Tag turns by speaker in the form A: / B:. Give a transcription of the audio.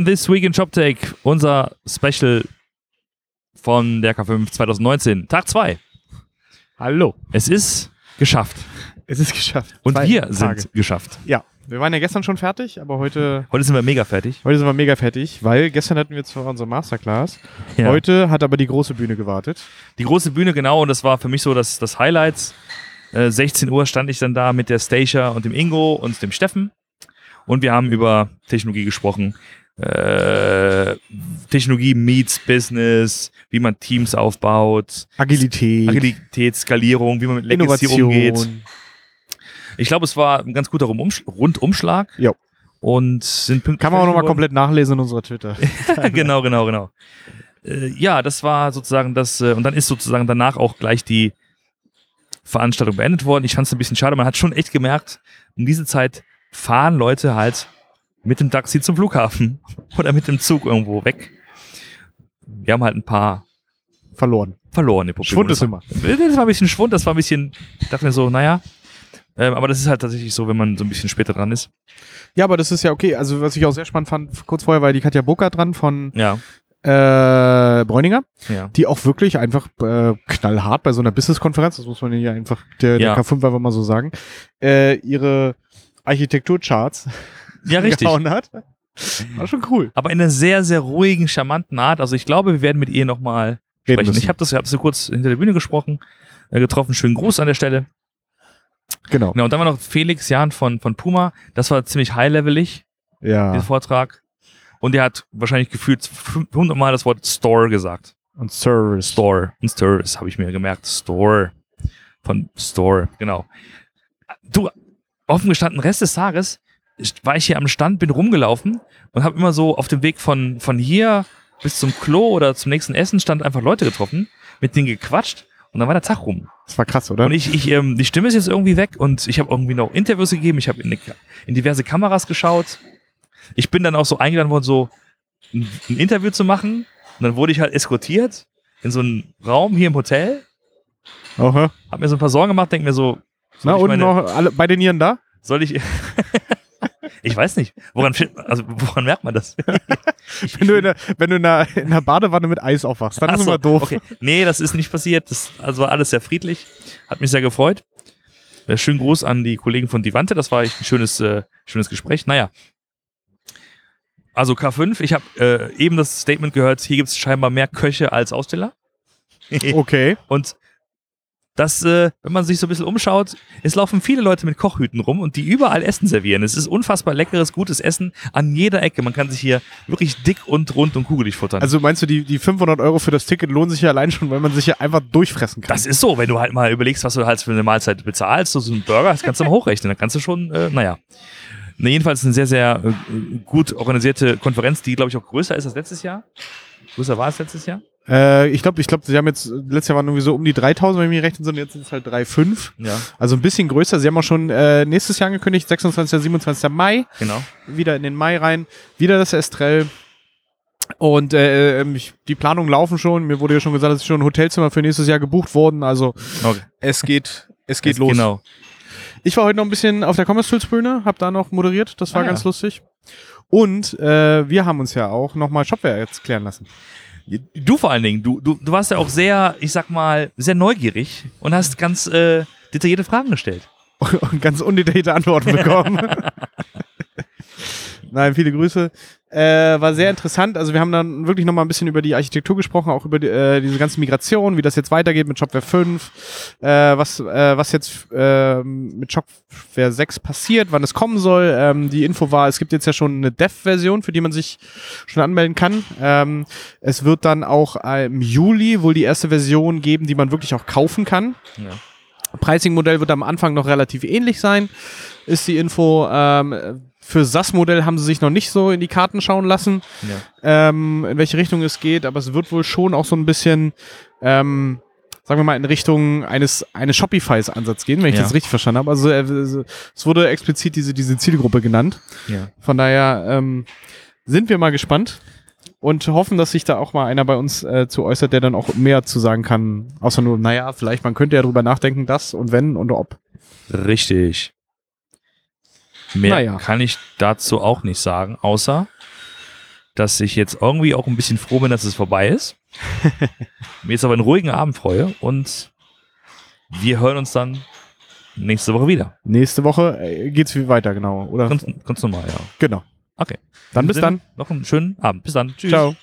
A: This Week in Shop Take, unser Special von der K5 2019, Tag 2.
B: Hallo.
A: Es ist geschafft.
B: Es ist geschafft.
A: Und
B: Zwei
A: wir
B: Tage.
A: sind geschafft.
B: Ja, wir waren ja gestern schon fertig, aber heute,
A: Heute sind wir mega fertig.
B: heute sind wir mega fertig, weil gestern hatten wir zwar unsere Masterclass.
A: Ja.
B: Heute hat aber die große Bühne gewartet.
A: Die große Bühne, genau, und das war für mich so das, das Highlight. Äh, 16 Uhr stand ich dann da mit der Stacia und dem Ingo und dem Steffen. Und wir haben über Technologie gesprochen. Äh, Technologie meets Business, wie man Teams aufbaut,
B: Agilität,
A: Agilität, Skalierung, wie man mit Legacy umgeht.
B: Innovation.
A: Ich glaube, es war ein ganz guter Rumumsch- Rundumschlag.
B: Jo.
A: Und sind pünktlich.
B: Kann man auch nochmal
A: geworden.
B: komplett nachlesen in unserer Twitter.
A: genau, genau, genau. Äh, ja, das war sozusagen das, äh, und dann ist sozusagen danach auch gleich die Veranstaltung beendet worden. Ich fand es ein bisschen schade. Man hat schon echt gemerkt, um diese Zeit fahren Leute halt mit dem Taxi zum Flughafen oder mit dem Zug irgendwo weg. Wir haben halt ein paar
B: Verloren.
A: verlorene Probleme.
B: Schwund ist
A: Das
B: immer.
A: war- Das war ein bisschen Schwund, das war ein bisschen, ich dachte mir so, naja. Ähm, aber das ist halt tatsächlich so, wenn man so ein bisschen später dran ist.
B: Ja, aber das ist ja okay. Also, was ich auch sehr spannend fand, kurz vorher war die Katja Burka dran von
A: Ja,
B: äh, Bräuninger,
A: ja.
B: die auch wirklich einfach äh, knallhart bei so einer Business-Konferenz, das muss man ja einfach der,
A: Ja.
B: der K5 einfach mal so sagen, äh, ihre Architekturcharts
A: Ja, richtig.
B: gehauen hat. War schon cool.
A: aber in einer sehr, sehr ruhigen, charmanten Art. Also ich glaube, wir werden mit ihr nochmal sprechen. Ich habe das, ich habe sie kurz hinter der Bühne gesprochen, äh, getroffen. Schönen Gruß an der Stelle.
B: genau.
A: Genau, und dann war noch Felix Jahn von, von Puma. Das war ziemlich high-levelig, dieser
B: Ja.
A: Vortrag. Und der hat wahrscheinlich gefühlt 500 Mal das Wort Store gesagt.
B: Und Service.
A: Store. Und Store, das habe ich mir gemerkt. Store. Von Store, genau. Du, offen gestanden, Rest des Tages ist- war ich hier am Stand, bin rumgelaufen und habe immer so auf dem Weg von, von hier bis zum Klo oder zum nächsten Essen stand einfach Leute getroffen, mit denen gequatscht und dann war der Tag rum.
B: Das war krass, oder?
A: Und ich, ich ähm, die Stimme ist jetzt irgendwie weg und ich habe irgendwie noch Interviews gegeben, ich habe in, die- in diverse Kameras geschaut. Ich bin dann auch so eingeladen worden, so ein, ein Interview zu machen. Und dann wurde ich halt eskortiert in so einen Raum hier im Hotel,
B: Aha.
A: habe mir so ein paar Sorgen gemacht, denke mir so,
B: Na,
A: ich
B: und
A: meine-
B: noch alle, beide Nieren da?
A: soll ich. ich weiß nicht. Woran, fi- also, woran merkt man das?
B: Wenn du in der, wenn du in der, in der Badewanne mit Eis aufwachst, dann
A: Ach
B: ist
A: so,
B: immer doof.
A: Okay. Nee, das ist nicht passiert. Das also war alles sehr friedlich. Hat mich sehr gefreut. Äh, Schönen Gruß an die Kollegen von Divante. Das war echt ein schönes, äh, schönes Gespräch. Naja. Also K5, ich habe äh, eben das Statement gehört, hier gibt es scheinbar mehr Köche als Aussteller.
B: Okay.
A: Und das, äh, wenn man sich so ein bisschen umschaut, es laufen viele Leute mit Kochhüten rum und die überall Essen servieren. Es ist unfassbar leckeres, gutes Essen an jeder Ecke. Man kann sich hier wirklich dick und rund und kugelig futtern.
B: Also meinst du, die, die 500 Euro für das Ticket lohnen sich ja allein schon, weil man sich ja einfach durchfressen kann?
A: Das ist so, wenn du halt mal überlegst, was du halt für eine Mahlzeit bezahlst, so einen Burger, das kannst du mal hochrechnen, dann kannst du schon, äh, naja. Nee, jedenfalls eine sehr, sehr äh, gut organisierte Konferenz, die, glaube ich, auch größer ist als letztes Jahr. Größer war es letztes Jahr.
B: äh, ich glaube, ich glaube, sie haben jetzt, letztes Jahr waren irgendwie so um die 3000, wenn ich mich recht entsinne, jetzt sind es halt 3,5.
A: Ja,
B: Also ein bisschen größer. Sie haben auch schon äh, nächstes Jahr angekündigt, 26. 27. Mai,
A: genau.
B: wieder in den Mai rein, wieder das Estrell. Und äh, ähm, ich, die Planungen laufen schon. Mir wurde ja schon gesagt, es ist schon ein Hotelzimmer für nächstes Jahr gebucht worden. Also
A: Okay.
B: es geht, es geht los.
A: Genau.
B: Ich war heute noch ein bisschen auf der Commerce Tools Bühne, hab da noch moderiert, das war
A: Ah,
B: ganz
A: ja.
B: lustig. Und äh, wir haben uns ja auch nochmal Shopware jetzt klären lassen.
A: Du vor allen Dingen, du, du, du warst ja auch sehr, ich sag mal, sehr neugierig und hast ganz äh, detaillierte Fragen gestellt.
B: Und ganz undetaillierte Antworten bekommen. Nein, viele Grüße. Äh, war sehr interessant. Also wir haben dann wirklich nochmal ein bisschen über die Architektur gesprochen, auch über die, äh, diese ganze Migration, wie das jetzt weitergeht mit Shopware 5, äh, was, äh, was jetzt äh, mit Shopware 6 passiert, wann es kommen soll. Ähm, die Info war, es gibt jetzt ja schon eine Dev-Version, für die man sich schon anmelden kann. Ähm, es wird dann auch äh, im Juli wohl die erste Version geben, die man wirklich auch kaufen kann.
A: Ja.
B: Pricing-Modell wird am Anfang noch relativ ähnlich sein, ist die Info. Ähm, für SAS-Modell haben sie sich noch nicht so in die Karten schauen lassen,
A: Ja.
B: ähm, in welche Richtung es geht, aber es wird wohl schon auch so ein bisschen, ähm, sagen wir mal, in Richtung eines, eines Shopify-Ansatz gehen, wenn ich
A: Ja.
B: das richtig verstanden habe. Also äh, es wurde explizit diese, diese Zielgruppe genannt.
A: ja.
B: Von daher ähm, sind wir mal gespannt und hoffen, dass sich da auch mal einer bei uns äh, zu äußert, der dann auch mehr zu sagen kann. Außer nur, naja, vielleicht man könnte ja drüber nachdenken, das und wenn und ob.
A: Richtig. Mehr
B: Naja.
A: kann ich dazu auch nicht sagen, außer dass ich jetzt irgendwie auch ein bisschen froh bin, dass es vorbei ist. Mir jetzt aber einen ruhigen Abend freue und wir hören uns dann nächste Woche wieder.
B: Nächste Woche äh, geht's wie weiter, genau. Oder?
A: Ganz, ganz normal, ja.
B: genau.
A: Okay.
B: Dann
A: In
B: bis
A: dem Sinne,
B: dann.
A: Noch einen schönen Abend. Bis dann. Tschüss.
B: Ciao.